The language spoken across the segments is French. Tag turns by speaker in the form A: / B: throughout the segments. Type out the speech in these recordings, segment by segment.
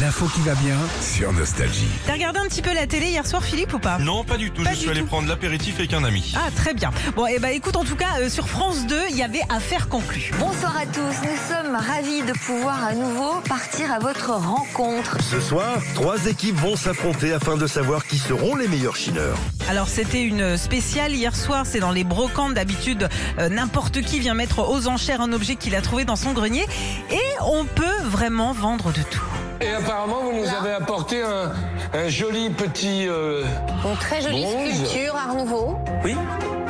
A: L'info qui va bien sur Nostalgie.
B: T'as regardé un petit peu la télé hier soir, Philippe, ou pas
C: Non, pas du tout.
B: Pas
C: je
B: du
C: suis allé
B: tout.
C: prendre l'apéritif avec un ami.
B: Ah, très bien. Bon, et eh ben écoute, en tout cas, euh, sur France 2, il y avait affaire conclue.
D: Bonsoir à tous, nous sommes ravis de pouvoir à nouveau partir à votre rencontre.
E: Ce soir, trois équipes vont s'affronter afin de savoir qui seront les meilleurs chineurs.
B: Alors, c'était une spéciale hier soir. C'est dans les brocantes. D'habitude, euh, n'importe qui vient mettre aux enchères un objet qu'il a trouvé dans son grenier. Et on peut vraiment vendre de tout.
F: Et apparemment, vous nous avez apporté un, un joli petit. euh,
D: Une très jolie
F: Bronze.
D: sculpture Art Nouveau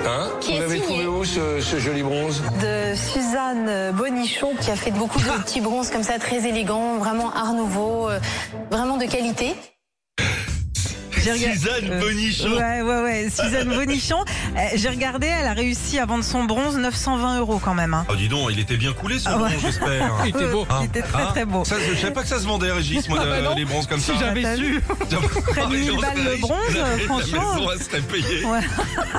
F: hein
D: Qui
F: Vous
D: est
F: l'avez
D: signé.
F: trouvé où ce, ce joli bronze
D: de Suzanne Bonichon qui a fait beaucoup
G: Ah.
D: de petits bronzes comme ça, très élégants, vraiment Art Nouveau, euh, vraiment de qualité.
B: J'ai regardé-
C: Suzanne
B: euh,
C: Bonichon.
B: Ouais, ouais, ouais. Suzanne Bonichon. Euh, J'ai regardé, elle a réussi à vendre son bronze 920 euros quand même. hein.
C: Oh, dis donc, il était bien coulé ce
B: Ah
C: bronze,
B: ouais.
C: j'espère.
G: Il était beau.
C: Hein
B: Il était très,
C: Hein
B: très beau.
C: Ça, je savais pas que ça se vendait, Régis, moi,
G: Ah bah
C: de-
G: non.
C: les bronzes comme ça.
G: Si j'avais
B: t'as
G: su.
C: Près
B: de 1000 balles le bronze, franchement.
C: La maison, elle serait payée.
B: Ouais.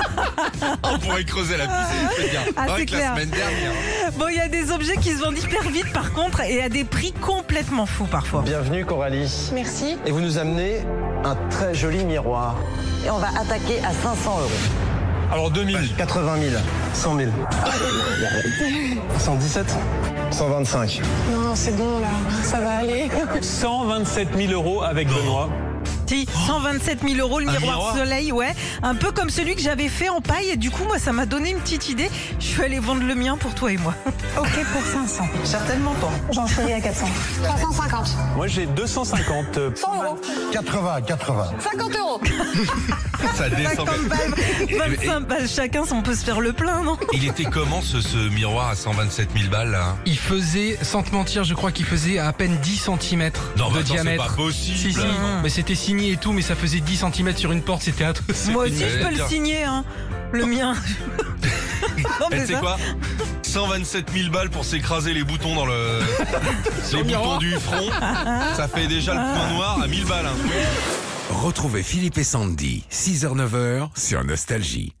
C: On pourrait creuser la piscine, fais gaffe.
B: Ah,
C: Pareil
B: c'est
C: que
B: clair.
C: la semaine dernière.
B: Bon, il y a des objets qui se vendent hyper vite par contre et à des prix complètement fous parfois.
H: Bienvenue Coralie.
D: Merci.
H: Et vous nous amenez un très joli miroir.
D: Et on va attaquer à 500 euros.
G: Alors 2000.
H: 80 000, 100 000, 117, 125.
D: Non, c'est bon là, ça va aller.
G: 127 000 euros avec Benoît.
B: Si, 127 000 euros le
C: Oh. Un
B: miroir,
C: miroir.
B: soleil, ouais. Un peu comme celui que j'avais fait en paille et du coup, moi, ça m'a donné une petite idée. Je suis allée vendre le mien pour toi et moi.
D: Ok pour 500.
B: Certainement pas.
D: J'en suis à 400. 350.
G: Moi j'ai 250.
D: 100 euros.
E: 80, 80.
D: 50 euros.
C: Ça descend.
B: 50 balles, 25 balles chacun, on peut se faire le plein, non
C: Il était comment ce, ce miroir à 127 000 balles là hein
G: Il faisait, sans te mentir, je crois qu'il faisait à, à peine 10 cm
C: Non,
G: de
C: mais attends, c'est
G: diamètre.
C: pas possible.
G: Si, si, mais c'était signé et tout, mais ça faisait 10 cm sur une porte, c'était atroce.
B: Moi aussi,
C: une-
B: je peux le
C: Tiens.
B: signer, hein. Le mien. non,
C: Eh,
B: mais
C: tu sais
B: ça-
C: quoi 127 000 balles pour s'écraser les boutons dans le. les boutons
G: miroir.
C: du front. Ça fait déjà le point noir à 1000 balles. hein.
A: Retrouvez Philippe et Sandy, 6h-9h sur Nostalgie.